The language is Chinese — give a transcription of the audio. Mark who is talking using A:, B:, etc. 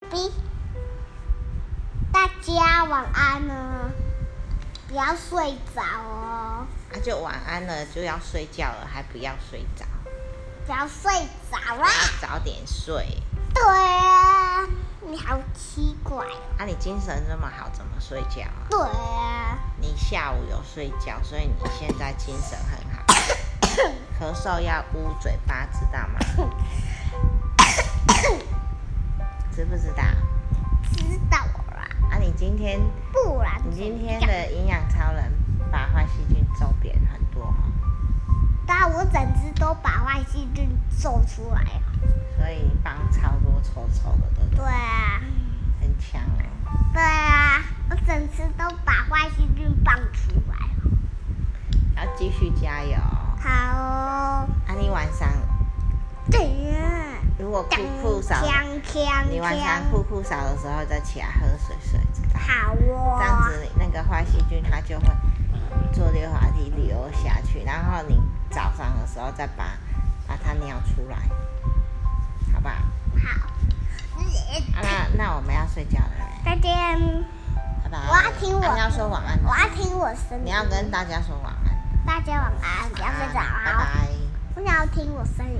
A: B，大家晚安呢，不要睡着哦，
B: 那、啊就晚安了，就要睡觉了，还不要睡着，
A: 不要睡着啦。
B: 早点睡。
A: 对啊，你好奇怪哦。
B: 啊，你精神这么好，怎么睡觉啊？
A: 对啊，
B: 你下午有睡觉，所以你现在精神很好。咳嗽要捂嘴巴，知道吗？知不知道？
A: 知道了啦，
B: 啊，你今天
A: 不然
B: 你今天
A: 怎么样
B: 的营养超人把坏细菌周边很多哦，
A: 但我整只都把外细菌揍出来了。
B: 所以帮超多臭臭的，对
A: 对
B: 不对？
A: 啊，
B: 很强哦。
A: 对啊，我整只都把外细菌放出来了。
B: 要继续加油哦。
A: 好哦，
B: 啊，你晚上
A: 对啊，
B: 如果
A: 锵
B: 裤裤少了，
A: 锵锵
B: 你晚上
A: 锵，
B: 裤裤少的时候再起来喝水水，知道吗？
A: 好
B: 这样
A: 哦，
B: 子那个坏细菌它就会坐溜滑梯流下去，然后你早上的时候再把把它尿出来，好吧？
A: 好，
B: 啊，那那我们要睡觉了没？
A: 再见，
B: 拜拜。
A: 我要听我
B: 啊你要说晚安
A: 我
B: 吗，
A: 要听我声音。
B: 你要跟大家说晚安。
A: 大家晚安，不要睡着
B: 拜
A: 啊！
B: 拜。
A: 我想要听我声音。